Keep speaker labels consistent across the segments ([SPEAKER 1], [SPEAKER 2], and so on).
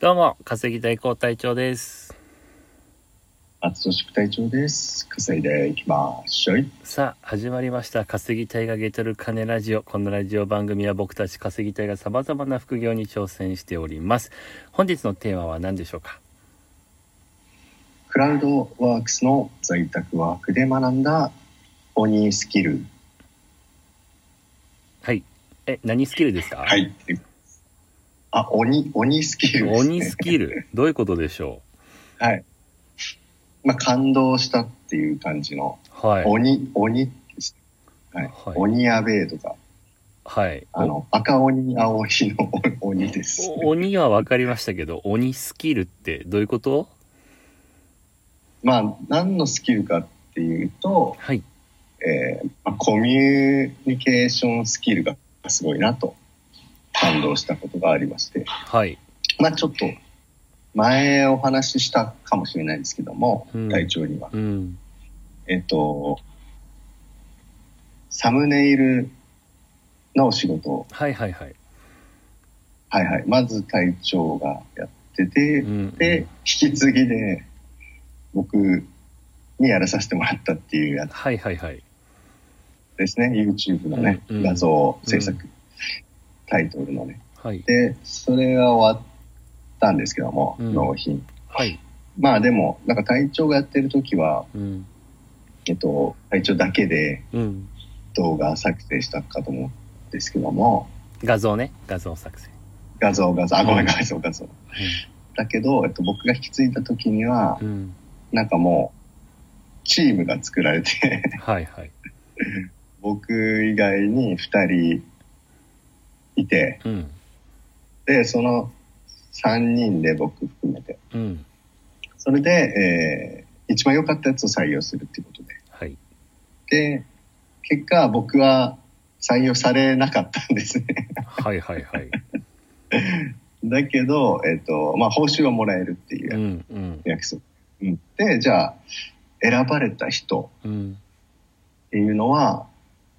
[SPEAKER 1] どうも、稼ぎ代行隊長です。
[SPEAKER 2] 松戸宿隊長です。稼いでいきましょい。
[SPEAKER 1] さあ、始まりました。稼ぎ隊がゲトルカネラジオ。このラジオ番組は僕たち稼ぎ隊が様々な副業に挑戦しております。本日のテーマは何でしょうか
[SPEAKER 2] クラウドワークスの在宅ワークで学んだオニースキル。
[SPEAKER 1] はい。え、何スキルですか
[SPEAKER 2] は。い。あ、鬼、鬼スキルです、ね。
[SPEAKER 1] 鬼スキル。どういうことでしょ
[SPEAKER 2] はい。まあ、感動したっていう感じの、
[SPEAKER 1] うはい。
[SPEAKER 2] 鬼、鬼です、はい。
[SPEAKER 1] はい
[SPEAKER 2] 鬼やべえとか、
[SPEAKER 1] はい。
[SPEAKER 2] あの、赤鬼、青鬼の鬼です、
[SPEAKER 1] お鬼は分かりましたけど、鬼スキルってどういうこと
[SPEAKER 2] まあ、何のスキルかっていうと、
[SPEAKER 1] はい。
[SPEAKER 2] えーまあコミュニケーションスキルがすごいなと感動したことがありまして、
[SPEAKER 1] はい。
[SPEAKER 2] まあ、ちょっと前お話ししたかもしれないですけども、
[SPEAKER 1] うん
[SPEAKER 2] 隊長には、
[SPEAKER 1] うん。
[SPEAKER 2] えっと、サムネイルのお仕事を、
[SPEAKER 1] はいはいはい。
[SPEAKER 2] はいはい、まず隊長がやってて、
[SPEAKER 1] うん。
[SPEAKER 2] で、引き継ぎで僕にやらさせてもらったっていうやつ
[SPEAKER 1] はいはいはい。
[SPEAKER 2] ですね、YouTube のね、
[SPEAKER 1] うんうん
[SPEAKER 2] 画像制作、タイトルのね。
[SPEAKER 1] はい。
[SPEAKER 2] で、それが終わったんですけども、
[SPEAKER 1] うん
[SPEAKER 2] 納品。
[SPEAKER 1] はい。
[SPEAKER 2] まあでも、なんか隊長がやってる時は、
[SPEAKER 1] うん。
[SPEAKER 2] えっと、隊長だけで
[SPEAKER 1] うん。
[SPEAKER 2] 動画作成したかと思うんですけども、
[SPEAKER 1] 画像ね。画像作成。
[SPEAKER 2] 画像、画像、あ、ごめ
[SPEAKER 1] うん
[SPEAKER 2] ん、画像、画像。だけど、えっと、僕が引き継いだ時には
[SPEAKER 1] う、ん。
[SPEAKER 2] なんかもう、チームが作られて、
[SPEAKER 1] はいはい。
[SPEAKER 2] 僕以外に2人いて、
[SPEAKER 1] うん。
[SPEAKER 2] で、その3人で僕含めて。
[SPEAKER 1] うん。
[SPEAKER 2] それで、えー一番良かったやつを採用するっていうことで。
[SPEAKER 1] はい。
[SPEAKER 2] で、結果僕は採用されなかったんですね。
[SPEAKER 1] はいはいはい。
[SPEAKER 2] だけど、えっ、と、まあ報酬はもらえるっていううん
[SPEAKER 1] うん
[SPEAKER 2] 約束。うん、で、じゃあ、選ばれた人
[SPEAKER 1] うん。
[SPEAKER 2] っていうのは、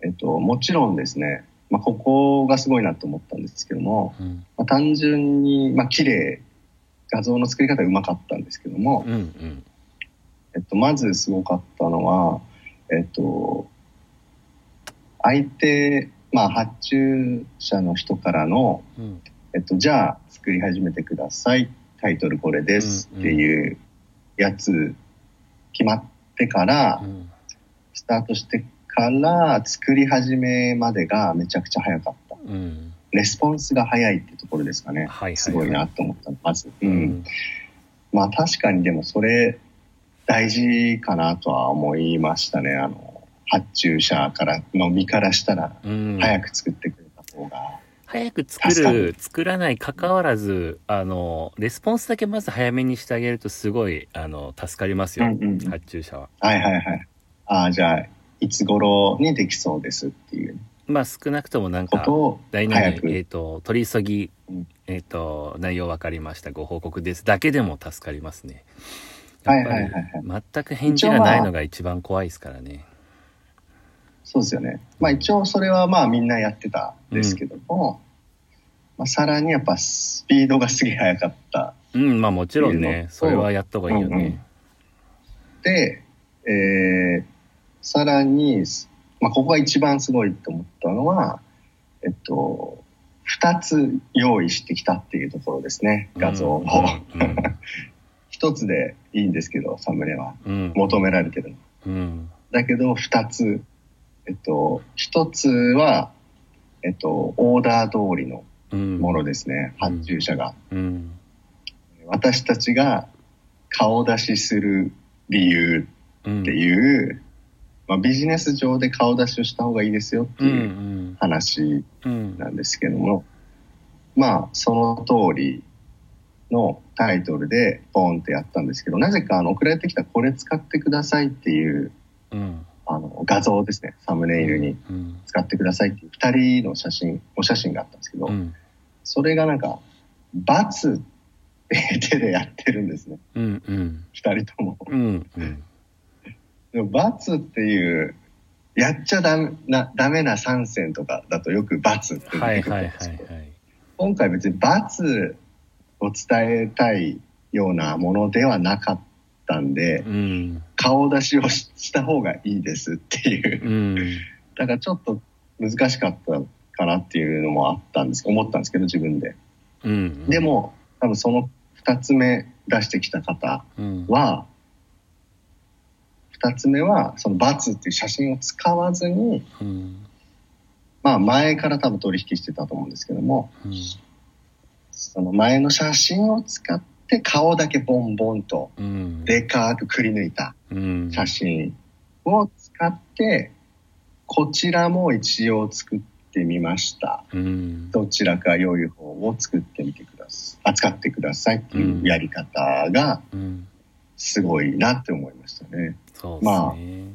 [SPEAKER 2] えっ、と、もちろんですね、まあここがすごいなと思ったんですけども、
[SPEAKER 1] うん。
[SPEAKER 2] まあ、単純に、まあ綺麗、画像の作り方がうまかったんですけども、
[SPEAKER 1] うんうん。
[SPEAKER 2] えっと、まずすごかったのは、えっと、相手、まあ、発注者の人からの、
[SPEAKER 1] うん。
[SPEAKER 2] えっと、じゃあ作り始めてください。タイトルこれです
[SPEAKER 1] うん
[SPEAKER 2] っていうやつ決まってから
[SPEAKER 1] う、ん。
[SPEAKER 2] スタートしてから作り始めまでがめちゃくちゃ早かった。
[SPEAKER 1] うん。
[SPEAKER 2] レスポンスが早いってところですかね。
[SPEAKER 1] はいはい
[SPEAKER 2] すごいなと思ったの、まず。
[SPEAKER 1] う
[SPEAKER 2] うん。
[SPEAKER 1] ん。
[SPEAKER 2] まあ確かにでもそれ大事かなとは思いましたね。あの、発注者からの身からしたら
[SPEAKER 1] うん。
[SPEAKER 2] 早く作ってくれた方が。
[SPEAKER 1] 早く作る、作らない、関わらず、あの、レスポンスだけまず早めにしてあげるとすごい、あの、助かりますよ。
[SPEAKER 2] うんうん
[SPEAKER 1] 発注者は。
[SPEAKER 2] はいはいはい。ああ、じゃあ、いつ頃にできそうですっていう
[SPEAKER 1] まあ少なくともなん
[SPEAKER 2] こ
[SPEAKER 1] か、
[SPEAKER 2] とを
[SPEAKER 1] 来年
[SPEAKER 2] 早
[SPEAKER 1] に、
[SPEAKER 2] く。
[SPEAKER 1] えっ、と、取り急ぎ
[SPEAKER 2] うん、
[SPEAKER 1] えっ、と、内容分かりました、ご報告です。だけでも助かりますね。
[SPEAKER 2] はいはいはい
[SPEAKER 1] やっぱり
[SPEAKER 2] はい。
[SPEAKER 1] 全く返事がないのが一番怖いですからね。
[SPEAKER 2] そうですよね。まあ一応それはまあみんなやってたんですけども、まあさらにやっぱスピードがすげえ早かった。
[SPEAKER 1] うん、まあもちろん
[SPEAKER 2] っていう
[SPEAKER 1] ね
[SPEAKER 2] の、と
[SPEAKER 1] それはやった方がいいよね。
[SPEAKER 2] で、えーさらに、まあ、ここが一番すごいと思ったのは、えっと、二つ用意してきたっていうところですね、画像を。一、つでいいんですけど、サムネは。
[SPEAKER 1] うん。うん。
[SPEAKER 2] 求められてるの。
[SPEAKER 1] うん。
[SPEAKER 2] だけど、二つ。えっと、一つは、えっと、オーダー通りの
[SPEAKER 1] うん。
[SPEAKER 2] ものですね、
[SPEAKER 1] うん
[SPEAKER 2] 発注者が。
[SPEAKER 1] うん。
[SPEAKER 2] 私たちが顔出しする理由
[SPEAKER 1] うん。
[SPEAKER 2] っていう、まあ、ビジネス上で顔出しをした方がいいですよって
[SPEAKER 1] うん。う。
[SPEAKER 2] いうん話
[SPEAKER 1] うん。
[SPEAKER 2] なんですけども、まあその通りのタイトルでポンってやったんですけどなぜかあの送られてきたこれ使ってくださいっていう
[SPEAKER 1] うん。
[SPEAKER 2] あの画像ですねサムネイルに
[SPEAKER 1] うん。
[SPEAKER 2] 使ってくださいっていう2人の写真お写真があったんですけど、
[SPEAKER 1] うん。
[SPEAKER 2] それがなんか「×」って手でやってるんですね
[SPEAKER 1] うん。うん。
[SPEAKER 2] 2人とも。
[SPEAKER 1] うん。うん。
[SPEAKER 2] でも罰っていう、やっちゃダメなダメな参戦とかだとよく罰って出
[SPEAKER 1] はい
[SPEAKER 2] てく
[SPEAKER 1] は
[SPEAKER 2] る
[SPEAKER 1] い
[SPEAKER 2] んです
[SPEAKER 1] は
[SPEAKER 2] け
[SPEAKER 1] い
[SPEAKER 2] ど、
[SPEAKER 1] はい。
[SPEAKER 2] 今回別に罰を伝えたいようなものではなかったんで、
[SPEAKER 1] うん。
[SPEAKER 2] 顔出しをしした方がいいですっていう。
[SPEAKER 1] うん。
[SPEAKER 2] だからちょっと難しかったかなっていうのもあったんです、思ったんですけど自分で。
[SPEAKER 1] うん。
[SPEAKER 2] で、も、多分その2つ目出してきた方
[SPEAKER 1] うん。
[SPEAKER 2] は、2つ目は、そのバツっていう写真を使わずに、
[SPEAKER 1] うん。
[SPEAKER 2] まあ前から多分取引してたと思うんですけども、
[SPEAKER 1] うん。
[SPEAKER 2] その前の写真を使って顔だけボンボンと
[SPEAKER 1] うん。
[SPEAKER 2] でかくくり抜いた
[SPEAKER 1] うん、
[SPEAKER 2] 写真を使ってこちらも一応作ってみました
[SPEAKER 1] うん。
[SPEAKER 2] どちらか良い方を作ってみてください扱ってくださいっていうやり方が
[SPEAKER 1] うん。
[SPEAKER 2] すごいなって思いましたね
[SPEAKER 1] そうですね。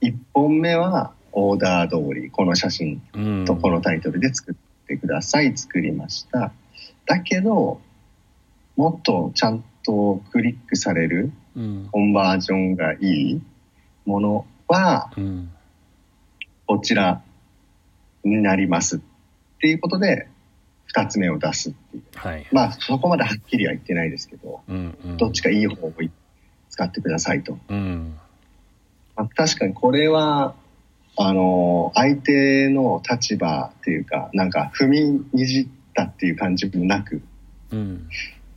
[SPEAKER 2] 1本目はオーダー通りこの写真
[SPEAKER 1] うん。
[SPEAKER 2] とこのタイトルで作ってください、作りましただけどもっとちゃんとクリックされる
[SPEAKER 1] うん。
[SPEAKER 2] コンバージョンがいいものは
[SPEAKER 1] うん。
[SPEAKER 2] こちらになりますっていうことで2つ目を出すっていう
[SPEAKER 1] はい。
[SPEAKER 2] まあそこまではっきりは言ってないですけど
[SPEAKER 1] うん。うん。
[SPEAKER 2] どっちかいい方を使ってくださいと、
[SPEAKER 1] うん。
[SPEAKER 2] まあ、確かにこれはあの相手の立場っていうかなんか踏みにじったっていう感じもなく
[SPEAKER 1] うん。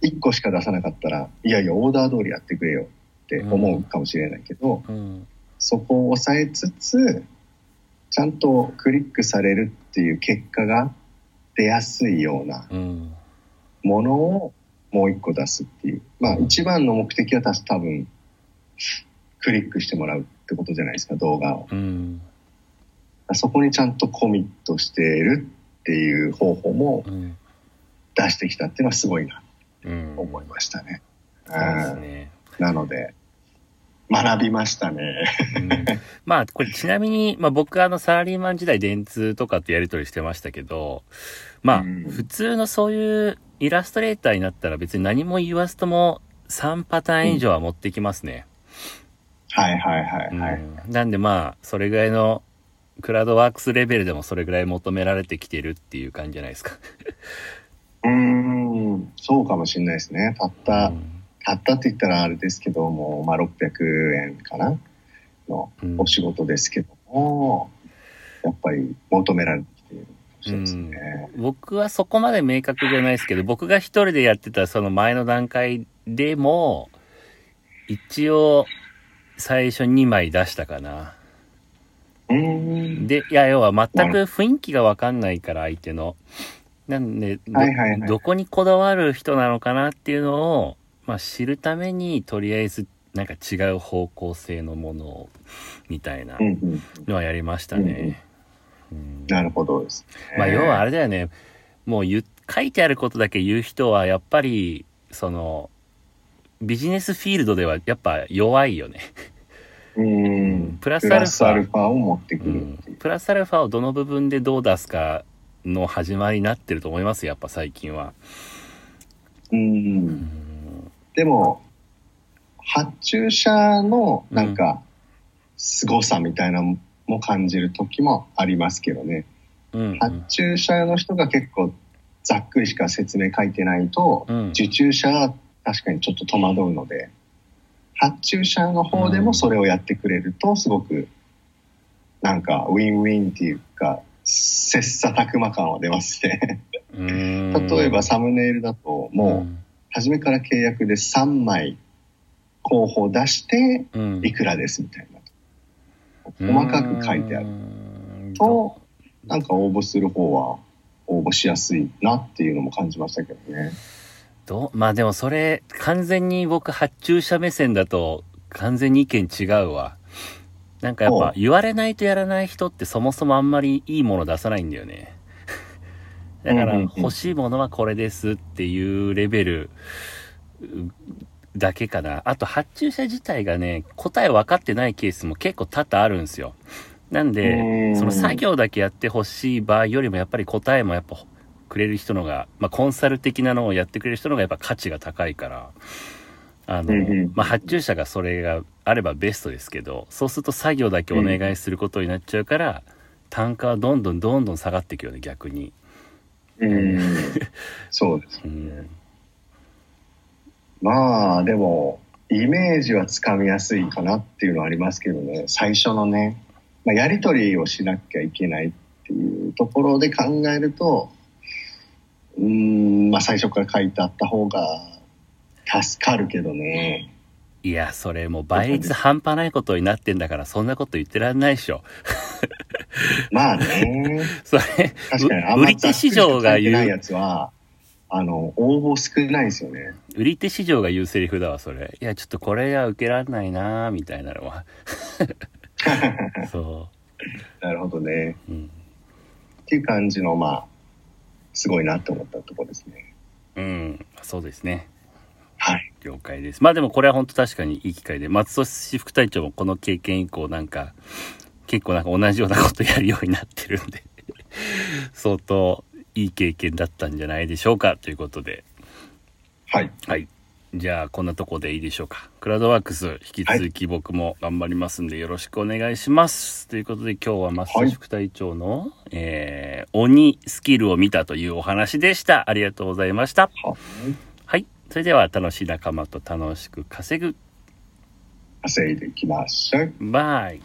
[SPEAKER 2] 1個しか出さなかったらいやいやオーダー通りやってくれよって思うかもしれないけど、
[SPEAKER 1] うん。
[SPEAKER 2] そこを抑えつつちゃんとクリックされるっていう結果が出やすいような
[SPEAKER 1] うん。
[SPEAKER 2] ものをもう一個出すっていうまあ
[SPEAKER 1] うん
[SPEAKER 2] 一番の目的は多分クリックしてもらうってことじゃないですか動画を
[SPEAKER 1] うん。
[SPEAKER 2] そこにちゃんとコミットしてるっていう方法も
[SPEAKER 1] うん。
[SPEAKER 2] 出してきたっていうのはすごいな
[SPEAKER 1] うん。
[SPEAKER 2] と思いましたね、う
[SPEAKER 1] そうです
[SPEAKER 2] ん、
[SPEAKER 1] ね。
[SPEAKER 2] なので学びましたね
[SPEAKER 1] うんまあ、これちなみに、まあ僕あのサラリーマン時代電通とかとやり取りしてましたけど、まあ
[SPEAKER 2] うん
[SPEAKER 1] 普通のそういうイラストレーターになったら別に何も言わずとも3パターン以上は持ってきますね。
[SPEAKER 2] はいはいはいはい、
[SPEAKER 1] うんなんでまあ、それぐらいのクラウドワークスレベルでもそれぐらい求められてきてるっていう感じじゃないですか。
[SPEAKER 2] うーん、そうかもしれないですね。たった、
[SPEAKER 1] うん
[SPEAKER 2] たったって言ったらあれですけども、まあ、600円かなの
[SPEAKER 1] うん
[SPEAKER 2] お仕事ですけども、やっぱり求められてきているかもしれないですね。
[SPEAKER 1] 僕はそこまで明確じゃないですけど、僕が一人でやってたその前の段階でも、一応、最初2枚出したかな。
[SPEAKER 2] うーん。
[SPEAKER 1] で、いや、要は全く雰囲気がわかんないから、相手の。なんで、ど
[SPEAKER 2] はいはいはい
[SPEAKER 1] どこにこだわる人なのかなっていうのを、まあ知るために、とりあえず、なんか違う方向性のものを、みたいな
[SPEAKER 2] うんうん。
[SPEAKER 1] のはやりましたね。うん
[SPEAKER 2] なるほどです、ね。
[SPEAKER 1] まあ、要はあれだよね。もう言う書いてあることだけ言う人は、やっぱり、その、ビジネスフィールドではやっぱ弱いよね。
[SPEAKER 2] うーん。
[SPEAKER 1] プラスアルファ
[SPEAKER 2] プラスアルファを持ってく
[SPEAKER 1] う
[SPEAKER 2] るってい
[SPEAKER 1] ん
[SPEAKER 2] う。
[SPEAKER 1] プラスアルファをどの部分でどう出すかの始まりになってると思いますよやっぱ最近は。
[SPEAKER 2] う。
[SPEAKER 1] うんん。
[SPEAKER 2] でも、発注者のなんか、凄さみたいなのも感じる時もありますけどね。
[SPEAKER 1] うん。
[SPEAKER 2] 発注者の人が結構ざっくりしか説明書いてないと、
[SPEAKER 1] うん
[SPEAKER 2] 受注者は確かにちょっと戸惑うので発注者の方でもそれをやってくれるとすごくなんかウィンウィンっていうか切磋琢磨感は出ますね
[SPEAKER 1] うん
[SPEAKER 2] 例えばサムネイルだともう初めから契約で3枚候補出して
[SPEAKER 1] うん、うん
[SPEAKER 2] いくらですみたいな細かく書いてある
[SPEAKER 1] うん
[SPEAKER 2] となんか応募する方は応募しやすいなっていうのも感じましたけどね。
[SPEAKER 1] どまあでもそれ完全に僕発注者目線だと完全に意見違うわなんかやっ
[SPEAKER 2] ほ
[SPEAKER 1] ぱ
[SPEAKER 2] う
[SPEAKER 1] 言われないとやらない人ってそもそもあんまりいいもの出さないんだよ ねだか
[SPEAKER 2] うん
[SPEAKER 1] ら
[SPEAKER 2] うんうん
[SPEAKER 1] 欲しいものはこれですっていうレベルうだけかなあと発注者自体がね答え分かってないケースも結構多々あるんですよなん
[SPEAKER 2] う
[SPEAKER 1] で
[SPEAKER 2] ん
[SPEAKER 1] その作業だけやってほしい場合よりもやっぱり答えもやっぱくれる人のが、まあ、コンサル的なのをやってくれる人のがやっぱ価値が高いから、あの、
[SPEAKER 2] うんうん
[SPEAKER 1] まあ、発注者がそれがあればベストですけど、そうすると作業だけお願いすることになっちゃうから、単価はどんどんどんどん下がっていくよね、逆に。
[SPEAKER 2] うん、そうです
[SPEAKER 1] う
[SPEAKER 2] ね。
[SPEAKER 1] ん。
[SPEAKER 2] まあでもイメージはつかみやすいかなっていうのはありますけどね最初のね、まあ、やり取りをしなきゃいけないっていうところで考えるとうーんまあ最初から書いてあった方が助かるけどね
[SPEAKER 1] いや、それもう倍率半端ないことになってんだから、そんなこと言ってらんないでしょ。
[SPEAKER 2] まあ ね
[SPEAKER 1] そ
[SPEAKER 2] 確かに
[SPEAKER 1] れ、
[SPEAKER 2] あ
[SPEAKER 1] うん売
[SPEAKER 2] まり
[SPEAKER 1] り手市場が
[SPEAKER 2] 書いてない
[SPEAKER 1] 言
[SPEAKER 2] や
[SPEAKER 1] う、
[SPEAKER 2] つはあの応募少ないですよね
[SPEAKER 1] 売り手市場が言うセリフだわ、それ。いや、ちょっとこれが受けらんないなーみたいなのは。 そ
[SPEAKER 2] なるほどね
[SPEAKER 1] う。うん。
[SPEAKER 2] っていう感じのまあすごいなと思ったところですね
[SPEAKER 1] うん。そうですね。
[SPEAKER 2] はい
[SPEAKER 1] 了解です。まあでもこれは本当確かにいい機会で、松戸市副隊長もこの経験以降なんか、結構なんか同じようなことやるようになってるんで、 相当いい経験だったんじゃないでしょうか、ということで。
[SPEAKER 2] はい
[SPEAKER 1] はい。じゃあ、こんなとこでいいでしょうか。クラウドワークス、引き続き僕も頑張りますんで、よろしくお願いします。ということで、今日は松
[SPEAKER 2] は
[SPEAKER 1] 田
[SPEAKER 2] い
[SPEAKER 1] 副隊長の、えー、鬼スキルを見たというお話でした。ありがとうございました。
[SPEAKER 2] はい
[SPEAKER 1] はい。それでは、楽しい仲間と楽しく稼ぐ。
[SPEAKER 2] 稼いでいきましょう
[SPEAKER 1] バイ。